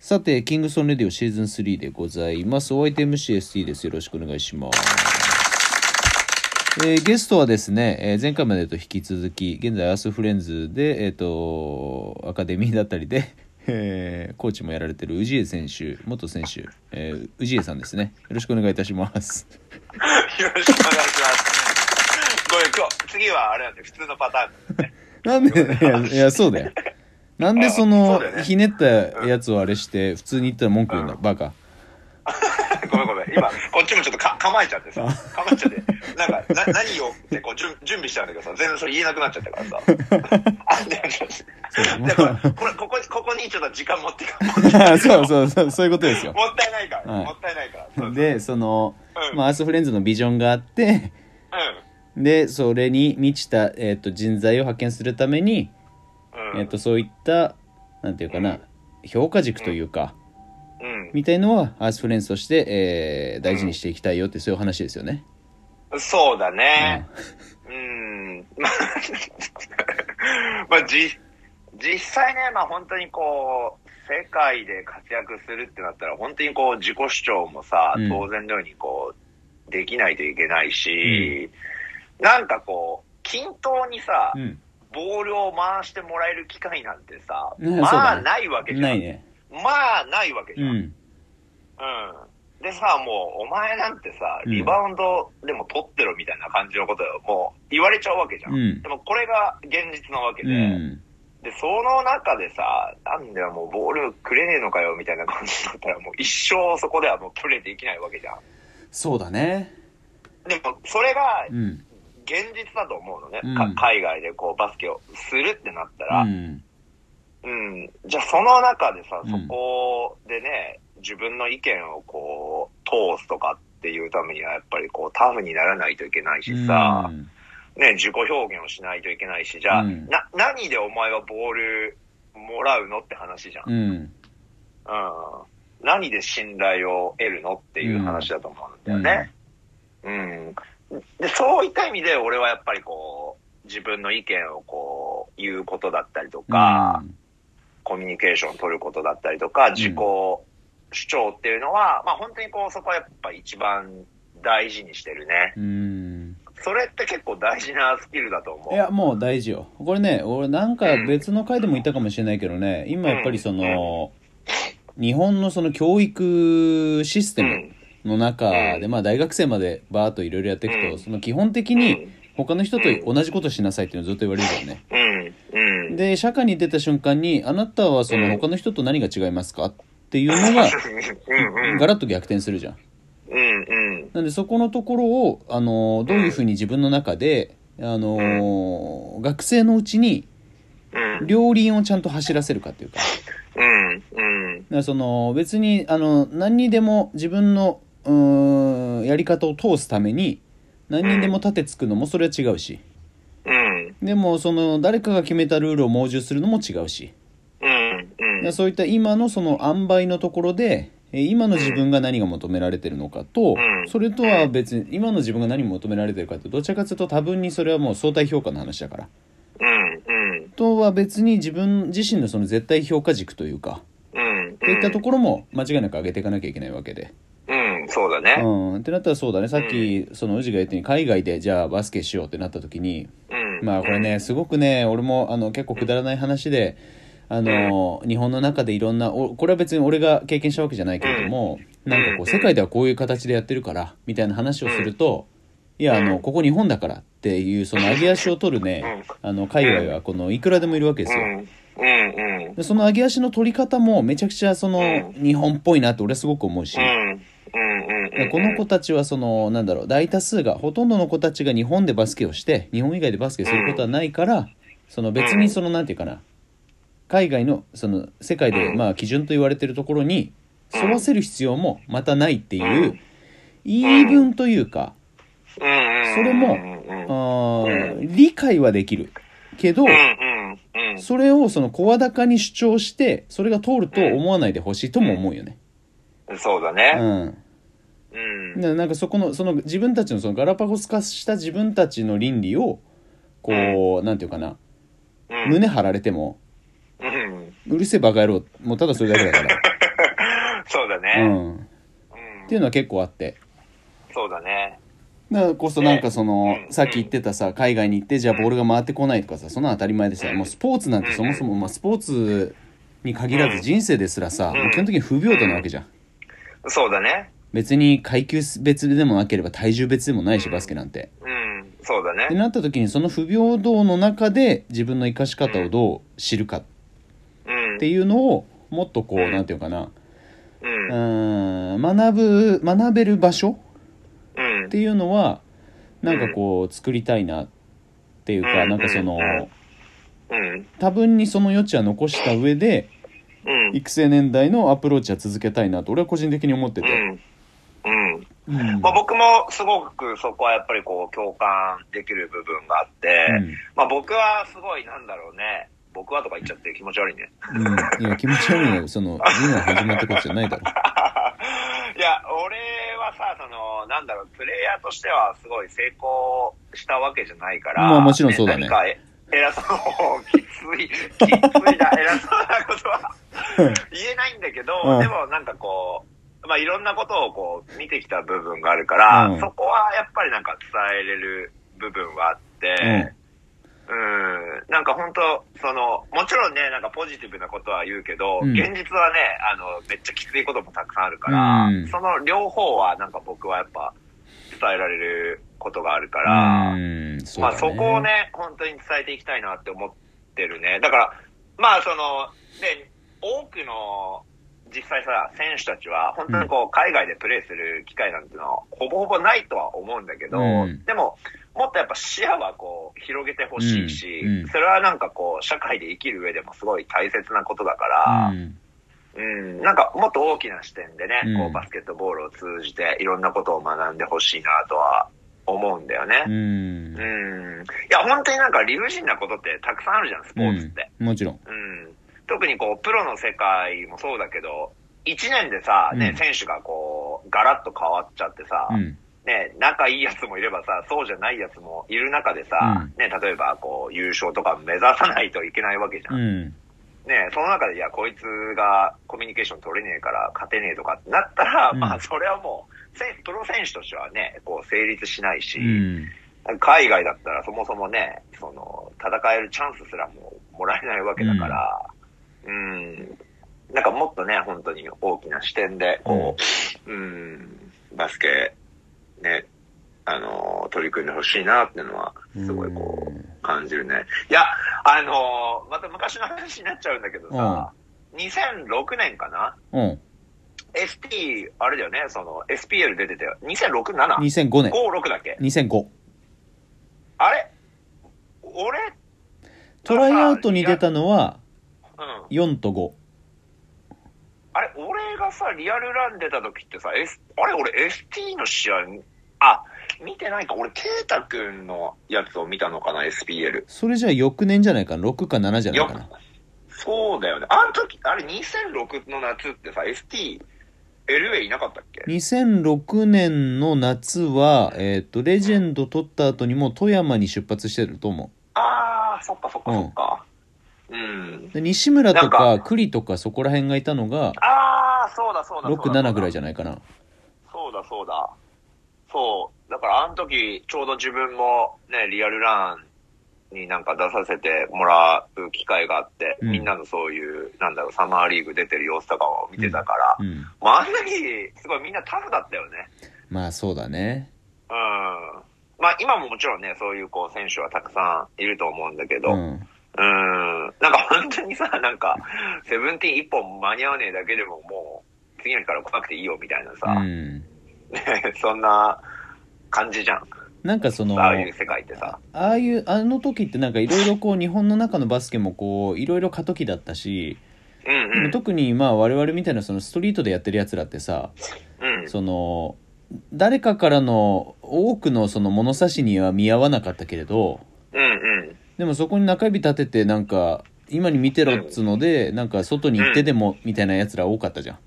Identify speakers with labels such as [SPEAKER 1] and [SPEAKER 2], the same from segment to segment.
[SPEAKER 1] さて、キングソンレディオシーズン3でございます。お相手 MCST です。よろしくお願いします。えーゲストはですね、えー前回までと引き続き、現在アースフレンズで、えっ、と、アカデミーだったりで、 えーコーチもやられてる宇治江選手、元選手、えー宇治江さんですね。よろしくお願いいたします。
[SPEAKER 2] よろしくお願いします。ごめん、今日、次はあれなんで、普通のパターン。
[SPEAKER 1] なんで、いや、いやそうだよ。なんでその
[SPEAKER 2] あそうだよ、ね
[SPEAKER 1] ひねったやつをあれして、普通に言ったら文句言うんだ、バカ。
[SPEAKER 2] ごめんごめん。今、こっちもちょっとか構えちゃってさ、構えちゃって、なんか、な何をってこう準準備しちゃうんだけどさ、全然それ言えなくなっちゃったからさ。あ、でも、でもこれ、ここに、ここにちょっと時間持ってか、も
[SPEAKER 1] そうそうそう、そういうことですよ。
[SPEAKER 2] ったいないから、
[SPEAKER 1] はい
[SPEAKER 2] もったいないから。そう
[SPEAKER 1] で、その、
[SPEAKER 2] うん
[SPEAKER 1] まあ、アースフレンズのビジョンがあって、で、それに満ちた、えっ、と、人材を派遣するために、
[SPEAKER 2] うん。うん。
[SPEAKER 1] えっ、と、そういった、なんていうかな、評価軸というか、
[SPEAKER 2] うん。
[SPEAKER 1] みたいのは、アースフレンズとして、えー大事にしていきたいよって、そういう話ですよね。
[SPEAKER 2] そうだね。
[SPEAKER 1] う
[SPEAKER 2] うーん。まあまあ、じ、実際ね、まあ本当にこう、世界で活躍するってなったら、本当にこう、自己主張もさ
[SPEAKER 1] うん、
[SPEAKER 2] 当然のようにこう、できないといけないし、なんかこう、均等にさ、
[SPEAKER 1] ん。
[SPEAKER 2] ボールを回してもらえる機会なんてさ、
[SPEAKER 1] うんそう
[SPEAKER 2] ま
[SPEAKER 1] だ
[SPEAKER 2] あ
[SPEAKER 1] ね
[SPEAKER 2] ないわけ
[SPEAKER 1] うん、
[SPEAKER 2] じゃ。
[SPEAKER 1] なんいね。
[SPEAKER 2] まあないわけじ
[SPEAKER 1] う
[SPEAKER 2] ゃん。
[SPEAKER 1] ん。
[SPEAKER 2] うんでさ、もう、お前なんてさ、
[SPEAKER 1] うん
[SPEAKER 2] リバウンドでも取ってろみたいな感じのことをもう言われちゃうわけじゃん。
[SPEAKER 1] うん
[SPEAKER 2] でもこれが現実なわけ
[SPEAKER 1] う
[SPEAKER 2] で、
[SPEAKER 1] ん。
[SPEAKER 2] で、その中でさ、なんだよ、もうボールくれねえのかよみたいな感じだったら、もう一生そこではもうプレーできないわけじゃん。
[SPEAKER 1] そうだね。
[SPEAKER 2] でも、それが
[SPEAKER 1] うん。
[SPEAKER 2] 現実だと思うのね。
[SPEAKER 1] うん
[SPEAKER 2] か海外でこうバスケをするってなったら、
[SPEAKER 1] うん。
[SPEAKER 2] うん、じゃあその中でさ、
[SPEAKER 1] うん
[SPEAKER 2] そこでね、自分の意見をこう、通すとかっていうためには、やっぱりこう、タフにならないといけないしさ
[SPEAKER 1] う、ん
[SPEAKER 2] ね、自己表現をしないといけないし、じゃあ、
[SPEAKER 1] うん
[SPEAKER 2] な、何でお前はボールもらうのって話じゃん。うん。
[SPEAKER 1] うん。
[SPEAKER 2] 何で信頼を得るのっていう話だと思うんだよね。うん。で、そういった意味で、俺はやっぱりこう、自分の意見をこう、言うことだったりとか、コミュニケーションを取ることだったりとか、自己主張っていうのは、まあ本当にこう、そこはやっぱ一番大事にしてるね。
[SPEAKER 1] うん。
[SPEAKER 2] それって結構大事なスキルだと思。
[SPEAKER 1] いうや、もう大事よ。これね、俺なんか別の回でも言ったかもしれないけどね、今やっぱりその、日本のその教育シス
[SPEAKER 2] う
[SPEAKER 1] テム
[SPEAKER 2] ん。
[SPEAKER 1] の中で、
[SPEAKER 2] うん
[SPEAKER 1] まあ大学生までバーっといろいろやっていくと、
[SPEAKER 2] うん
[SPEAKER 1] その基本的
[SPEAKER 2] う
[SPEAKER 1] に
[SPEAKER 2] ん。
[SPEAKER 1] 他の人と同じことしなさいっていうのをずっと言われるよね。
[SPEAKER 2] うん。うん。
[SPEAKER 1] で、社会に出た瞬間に、あなたはその
[SPEAKER 2] うん
[SPEAKER 1] 他の人と何が違いますかっていうのが、
[SPEAKER 2] うんうん
[SPEAKER 1] ガラッと逆転するじゃん。
[SPEAKER 2] うんうん
[SPEAKER 1] なんでそこのところを、あのーどういうふうに自分の中で、あのー学生のうちに
[SPEAKER 2] うん
[SPEAKER 1] 両輪をちゃんと走らせるかっていうかだか
[SPEAKER 2] うんうん
[SPEAKER 1] らその別にあの何にでも自分のうーんやり方を通すために何にでも立てつくのもそれは違うし
[SPEAKER 2] うん
[SPEAKER 1] でもその誰かが決めたルールを盲従するのも違うし
[SPEAKER 2] うん
[SPEAKER 1] だからそういった今のその塩梅のところでえー今の自分が何が求められてるのかと
[SPEAKER 2] うん
[SPEAKER 1] それとは別に今の自分が何を求められてるかってどちらかというと多分にそれはもう相対評価の話だから
[SPEAKER 2] うんうん
[SPEAKER 1] とは別に自分自身のその絶対評価軸というか
[SPEAKER 2] うん
[SPEAKER 1] といったところも間違いなく上げていかなきゃいけないわけで。
[SPEAKER 2] うんそうだね
[SPEAKER 1] うん。ってなったらそうだね。さっき、その宇治が言ったように、海外でじゃあバスケしようってなった時に、
[SPEAKER 2] うん
[SPEAKER 1] まあこれね、すごくね、俺もあの結構くだらない話で、あの、日本の中でいろんな、おこれは別に俺が経験したわけじゃないけれども、
[SPEAKER 2] ん
[SPEAKER 1] なんかこ
[SPEAKER 2] う
[SPEAKER 1] う、
[SPEAKER 2] ん
[SPEAKER 1] 世界ではこういう形でやってるから、みたいな話をすると、いや、あの、ここ日本だからっていう、その上げ足を取るね、あの、海外はこの、いくらでもいるわけで
[SPEAKER 2] う
[SPEAKER 1] すよ。
[SPEAKER 2] んうんうん
[SPEAKER 1] でその上げ足の取り方もめちゃくちゃその、
[SPEAKER 2] う
[SPEAKER 1] 日本っぽいなって俺はすごく思うし、
[SPEAKER 2] うんうんうん
[SPEAKER 1] でこの子たちはそのなんだろう大多数がほとんどの子たちが日本でバスケをして日本以外でバスケすることはないからその別にそのなんていうかな海外のその世界で
[SPEAKER 2] うん
[SPEAKER 1] まあ基準と言われてるところに沿わせる必要もまたないって
[SPEAKER 2] う
[SPEAKER 1] いうん言い分というか
[SPEAKER 2] それ
[SPEAKER 1] れもあー理解はできるけど
[SPEAKER 2] うんうんうん。
[SPEAKER 1] それをその声高に主張してそれが通ると思わないでほしいとも思うよね。
[SPEAKER 2] そうだ
[SPEAKER 1] う
[SPEAKER 2] ね。
[SPEAKER 1] ん
[SPEAKER 2] うん。
[SPEAKER 1] ななんかそこのその自分たちのそのガラパゴス化した自分たちの倫理をこう、なんていうかな
[SPEAKER 2] うん。
[SPEAKER 1] 胸張られても
[SPEAKER 2] うん。
[SPEAKER 1] うるせえバカ野郎もうただそれだけだから
[SPEAKER 2] よ
[SPEAKER 1] う
[SPEAKER 2] ね。
[SPEAKER 1] ん、っ
[SPEAKER 2] うん。
[SPEAKER 1] ていうのは結構あって
[SPEAKER 2] そうだね。
[SPEAKER 1] だからこそなんかその、
[SPEAKER 2] うん
[SPEAKER 1] さっき言ってたさ海外に行ってじゃあボールが回ってこないとかさそんなの当たり前でさ、
[SPEAKER 2] うん
[SPEAKER 1] もうスポーツなんてそもそも、まあ、スポーツに限ら
[SPEAKER 2] う
[SPEAKER 1] ず
[SPEAKER 2] ん
[SPEAKER 1] 人生ですらさ、
[SPEAKER 2] うん
[SPEAKER 1] 基本的に不平等なわけじゃん
[SPEAKER 2] そうだね。
[SPEAKER 1] 別に階級別でもなければ体重別でもないし、
[SPEAKER 2] うん
[SPEAKER 1] バスケなんて。
[SPEAKER 2] うん。そうだ
[SPEAKER 1] って
[SPEAKER 2] ね。
[SPEAKER 1] なった時にその不平等の中で自分の生かし方をどう知るかっ
[SPEAKER 2] うん
[SPEAKER 1] て。いうのをもっとこう
[SPEAKER 2] うん
[SPEAKER 1] なんていうのかなう
[SPEAKER 2] う。
[SPEAKER 1] んーん学ぶ学べる場所
[SPEAKER 2] うん
[SPEAKER 1] っ。ていうのはなんかこう作りたいなっていうか
[SPEAKER 2] うん
[SPEAKER 1] なんかその
[SPEAKER 2] うんうん。
[SPEAKER 1] 多分にその余地は残した上で
[SPEAKER 2] うん。
[SPEAKER 1] 育成年代のアプローチは続けたいなと俺は個人的に思って
[SPEAKER 2] う
[SPEAKER 1] て。
[SPEAKER 2] ん。うん。
[SPEAKER 1] うん
[SPEAKER 2] まあ、僕もすごくそこはやっぱりこう共感できる部分があって、まあ僕はすごいなんだろうね。僕はとか言っちゃって気持ち悪いね。
[SPEAKER 1] うんうんいや気持ち悪いのよその今始まったことじゃないだろ
[SPEAKER 2] いや、俺はさ、その、なんだろう、プレイヤーとしてはすごい成功したわけじゃないから。
[SPEAKER 1] まあもちろんそうだね
[SPEAKER 2] 何かえ偉そう、 きつい、きついな、偉そうなことは 言えないんだけど、
[SPEAKER 1] うん
[SPEAKER 2] でもなんかこう、まあいろんなことをこう見てきた部分があるから、
[SPEAKER 1] うん
[SPEAKER 2] そこはやっぱりなんか伝えれる部分はあって、うん、なんか本当その、もちろんね、なんかポジティブなことは言うけど、
[SPEAKER 1] うん
[SPEAKER 2] 現実はね、あの、めっちゃきついこともたくさんあるから、
[SPEAKER 1] うん
[SPEAKER 2] その両方はなんか僕はやっぱ伝えられることがあるから、
[SPEAKER 1] うんそう
[SPEAKER 2] ま
[SPEAKER 1] だ
[SPEAKER 2] あ
[SPEAKER 1] ね
[SPEAKER 2] そこをね、本当に伝えていきたいなって思ってるね。だから、まあその、ね、多くの実際さ、選手たちは本当にこう、海外でプレーする機会なんてのはほぼほぼないとは思うんだけど、
[SPEAKER 1] うん
[SPEAKER 2] でも、もっとやっぱ視野はこう、広げてほしいし、
[SPEAKER 1] うんうん
[SPEAKER 2] それはなんかこう、社会で生きる上でもすごい大切なことだか
[SPEAKER 1] う
[SPEAKER 2] ら、
[SPEAKER 1] ん
[SPEAKER 2] うん、なんかもっと大きな視点でね、
[SPEAKER 1] うん
[SPEAKER 2] こうバスケットボールを通じていろんなことを学んでほしいなとは思うんだよね。
[SPEAKER 1] うん
[SPEAKER 2] うん。いや、本当になんか理不尽なことってたくさんあるじゃん、スポーツって。
[SPEAKER 1] もちろん
[SPEAKER 2] うん。特にこう、プロの世界もそうだけど、一年でさ、ね、
[SPEAKER 1] うん
[SPEAKER 2] 選手がこう、ガラッと変わっちゃってさ、
[SPEAKER 1] うん
[SPEAKER 2] ね、仲いいやつもいればさ、そうじゃないやつもいる中でさ、ね、例えばこう、優勝とか目指さないといけないわけじゃん。
[SPEAKER 1] うん
[SPEAKER 2] ね、その中で、いや、こいつがコミュニケーション取れねえから勝てねえとかってなったら、
[SPEAKER 1] うん
[SPEAKER 2] まあ、それはもう、せプロ選手としてはね、こう、成立しないし、
[SPEAKER 1] うん
[SPEAKER 2] 海外だったらそもそもね、その、戦えるチャンスすらももらえないわけだから、うん、なんかもっとね、本当に大きな視点で、こう、うん、バスケ、ね、あの、取り組んでほしいなっていうのは、すごいこう、感じるね。いや、あのーまた昔の話になっちゃうんだけどさ、2006年かな
[SPEAKER 1] うん。
[SPEAKER 2] ?ST、あれだよね、その SPL 出てたよ。2006、7?5、
[SPEAKER 1] 2005年。
[SPEAKER 2] 6だっけ
[SPEAKER 1] 2005。
[SPEAKER 2] あれ俺、
[SPEAKER 1] トライアウトに出たのは
[SPEAKER 2] うん。
[SPEAKER 1] 4と5。
[SPEAKER 2] あれ、俺がさ、リアルラン出た時ってさ、S、あれ、俺 ST の試合、あ、見てないか。俺、ケイタくんのやつを見たのかな、SPL。
[SPEAKER 1] それじゃあ翌年じゃないかな。6か7じゃない
[SPEAKER 2] よ
[SPEAKER 1] かな。
[SPEAKER 2] そうだよね。あの時、あれ2006の夏ってさ、ST、LA いなかったっけ
[SPEAKER 1] 2006年の夏は、えっ、と、レジェンド取った後にもう富山に出発してると思
[SPEAKER 2] ああ、そっかそっかそっか。うん。
[SPEAKER 1] う。で西村と
[SPEAKER 2] な
[SPEAKER 1] か栗とかそこら辺がいたのが、
[SPEAKER 2] ああ、そうだそうだそう
[SPEAKER 1] 6、
[SPEAKER 2] だ。
[SPEAKER 1] 7ぐらいじゃないかな。
[SPEAKER 2] そうだそうだ。そう。だからあの時、ちょうど自分もね、リアルランになんか出させてもらう機会があって、
[SPEAKER 1] うん
[SPEAKER 2] みんなのそういう、なんだろう、サマーリーグ出てる様子とかを見てたから、
[SPEAKER 1] うん。
[SPEAKER 2] まああの時、すごいみんなタフだったよね。
[SPEAKER 1] まあそうだね。
[SPEAKER 2] うん。まあ今ももちろんね、そういうこう選手はたくさんいると思うんだけど、
[SPEAKER 1] うん。
[SPEAKER 2] うーんなんか本当にさ、なんか、セブンティーン一本間に合わねえだけでももう、次の日から来なくていいよみたいな
[SPEAKER 1] う
[SPEAKER 2] さ、
[SPEAKER 1] ん。
[SPEAKER 2] そんな感じじゃん。
[SPEAKER 1] なんかその、
[SPEAKER 2] ああいう世界ってさ。
[SPEAKER 1] ああいうあの時ってなんかいろいろこう日本の中のバスケもこういろいろ過渡期だったし、
[SPEAKER 2] うん
[SPEAKER 1] でも
[SPEAKER 2] うん。
[SPEAKER 1] 特にまあ我々みたいなそのストリートでやってるやつらってさ
[SPEAKER 2] うん。
[SPEAKER 1] その誰かからの多くのその物差しには見合わなかったけれど
[SPEAKER 2] うんうん。
[SPEAKER 1] でもそこに中指立ててなんか今に見てろっつのでなんか外に行ってでもみたいなやつら多かったじゃん、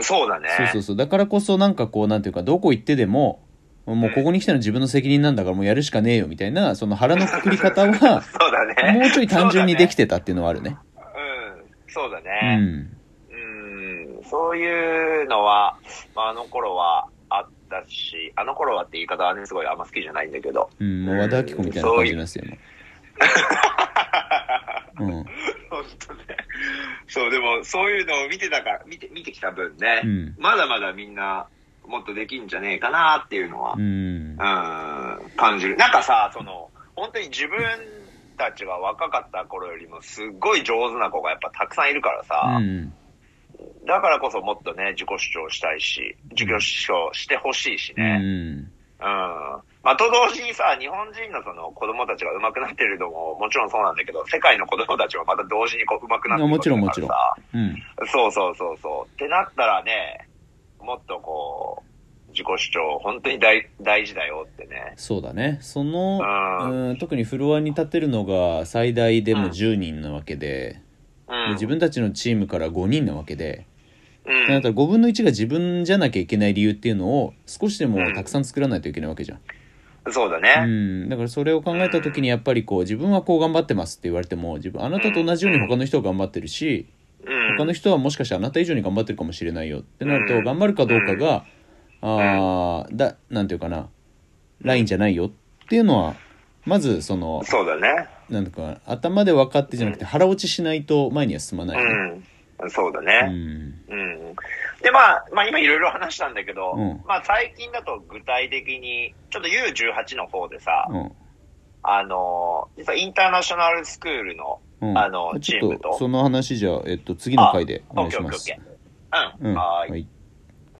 [SPEAKER 2] そうだね。
[SPEAKER 1] そうそうそうだからこそなんかこうなんていうかどこ行ってでももうここに来たの自分の責任なんだからもうやるしかねえよみたいなその腹のくくり方は
[SPEAKER 2] そうだ ね。
[SPEAKER 1] もうちょい単純にでき
[SPEAKER 2] て。
[SPEAKER 1] てたっていうのはあるね
[SPEAKER 2] うん。そうだ
[SPEAKER 1] う
[SPEAKER 2] ね。
[SPEAKER 1] ん
[SPEAKER 2] うん。そういうのは、まあ、あの頃はあったし、あの頃はって言い方はね、すごいあんま好きじゃないんだけど、
[SPEAKER 1] うん、もう和田アキ子みたいな感じですよね。うん、
[SPEAKER 2] 本当ね。そう、でも、そういうのを見てたから、見て、見てきた分ね、
[SPEAKER 1] うん
[SPEAKER 2] まだまだみんな、もっとできんじゃねえかなっていうのは、
[SPEAKER 1] うん、
[SPEAKER 2] うん、感じる。なんかさ、その、本当に自分たちが若かった頃よりも、すっごい上手な子がやっぱたくさんいるからさ、
[SPEAKER 1] うん、
[SPEAKER 2] だからこそもっとね、自己主張したいし、自己主張してほしいし
[SPEAKER 1] う
[SPEAKER 2] ね。
[SPEAKER 1] ん、
[SPEAKER 2] うん。まあ、と同時にさ、日本人のその子供たちが上手くなってるのも、もちろんそうなんだけど、世界の子供たちもまた同時にこう上手くなってる
[SPEAKER 1] もちろん
[SPEAKER 2] わけだからさ
[SPEAKER 1] うん、
[SPEAKER 2] そうそうそうそう。ってなったらね、もっとこう、自己主張、本当に大大事だよってね。
[SPEAKER 1] そうだね。その
[SPEAKER 2] う、
[SPEAKER 1] うん、特にフロアに立てるのが最大でも10人なわけで、
[SPEAKER 2] うん
[SPEAKER 1] で。自分たちのチームから5人なわけで、
[SPEAKER 2] うん
[SPEAKER 1] ってなったら5分の1が自分じゃなきゃいけない理由っていうのを少しでもたくさん作らないといけないわけじゃん。
[SPEAKER 2] そうだ
[SPEAKER 1] う
[SPEAKER 2] ね。
[SPEAKER 1] ん、だからそれを考えた時にやっぱりこう自分はこう頑張ってますって言われても自分あなたと同じように他の人が頑張ってるし
[SPEAKER 2] うん。
[SPEAKER 1] 他の人はもしかしてあなた以上に頑張ってるかもしれないよってなる
[SPEAKER 2] う
[SPEAKER 1] と
[SPEAKER 2] ん
[SPEAKER 1] 頑張るかどうかがあーだなんていうかなラインじゃないよっていうのはまずその
[SPEAKER 2] そうだね。
[SPEAKER 1] なんていうか頭で分かってじゃなくて腹落ちしないと前には進まないよね。
[SPEAKER 2] うん。そうだ
[SPEAKER 1] う
[SPEAKER 2] ね。
[SPEAKER 1] ん
[SPEAKER 2] うん。で、まあ、まあ今いろいろ話したんだけど、
[SPEAKER 1] うん
[SPEAKER 2] まあ最近だと具体的に、ちょっと U18 の方でさ、
[SPEAKER 1] うん
[SPEAKER 2] あの、実はインターナショナルスクールの、
[SPEAKER 1] うん
[SPEAKER 2] あの
[SPEAKER 1] ち
[SPEAKER 2] チー
[SPEAKER 1] ょ
[SPEAKER 2] ム
[SPEAKER 1] っ
[SPEAKER 2] と
[SPEAKER 1] とその話じゃあ、えっと、次の回でお願いします。
[SPEAKER 2] オッケーオッケーオッケーうん。
[SPEAKER 1] うん、
[SPEAKER 2] はーい。
[SPEAKER 1] はい